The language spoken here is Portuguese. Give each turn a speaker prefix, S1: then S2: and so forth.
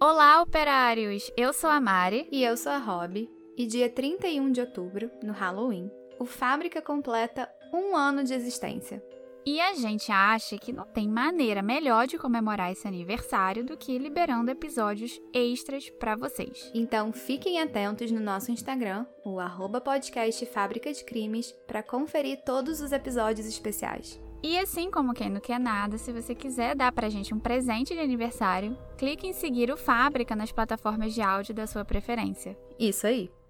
S1: Olá, operários! Eu sou a Mari.
S2: E eu sou a Rob, e dia 31 de outubro, no Halloween, o Fábrica completa um ano de existência.
S1: E a gente acha que não tem maneira melhor de comemorar esse aniversário do que liberando episódios extras pra vocês.
S2: Então fiquem atentos no nosso Instagram, o arroba podcast Fábrica de Crimes, para conferir todos os episódios especiais.
S1: E assim como quem não quer nada, se você quiser dar pra gente um presente de aniversário, clique em seguir o Fábrica nas plataformas de áudio da sua preferência.
S2: Isso aí!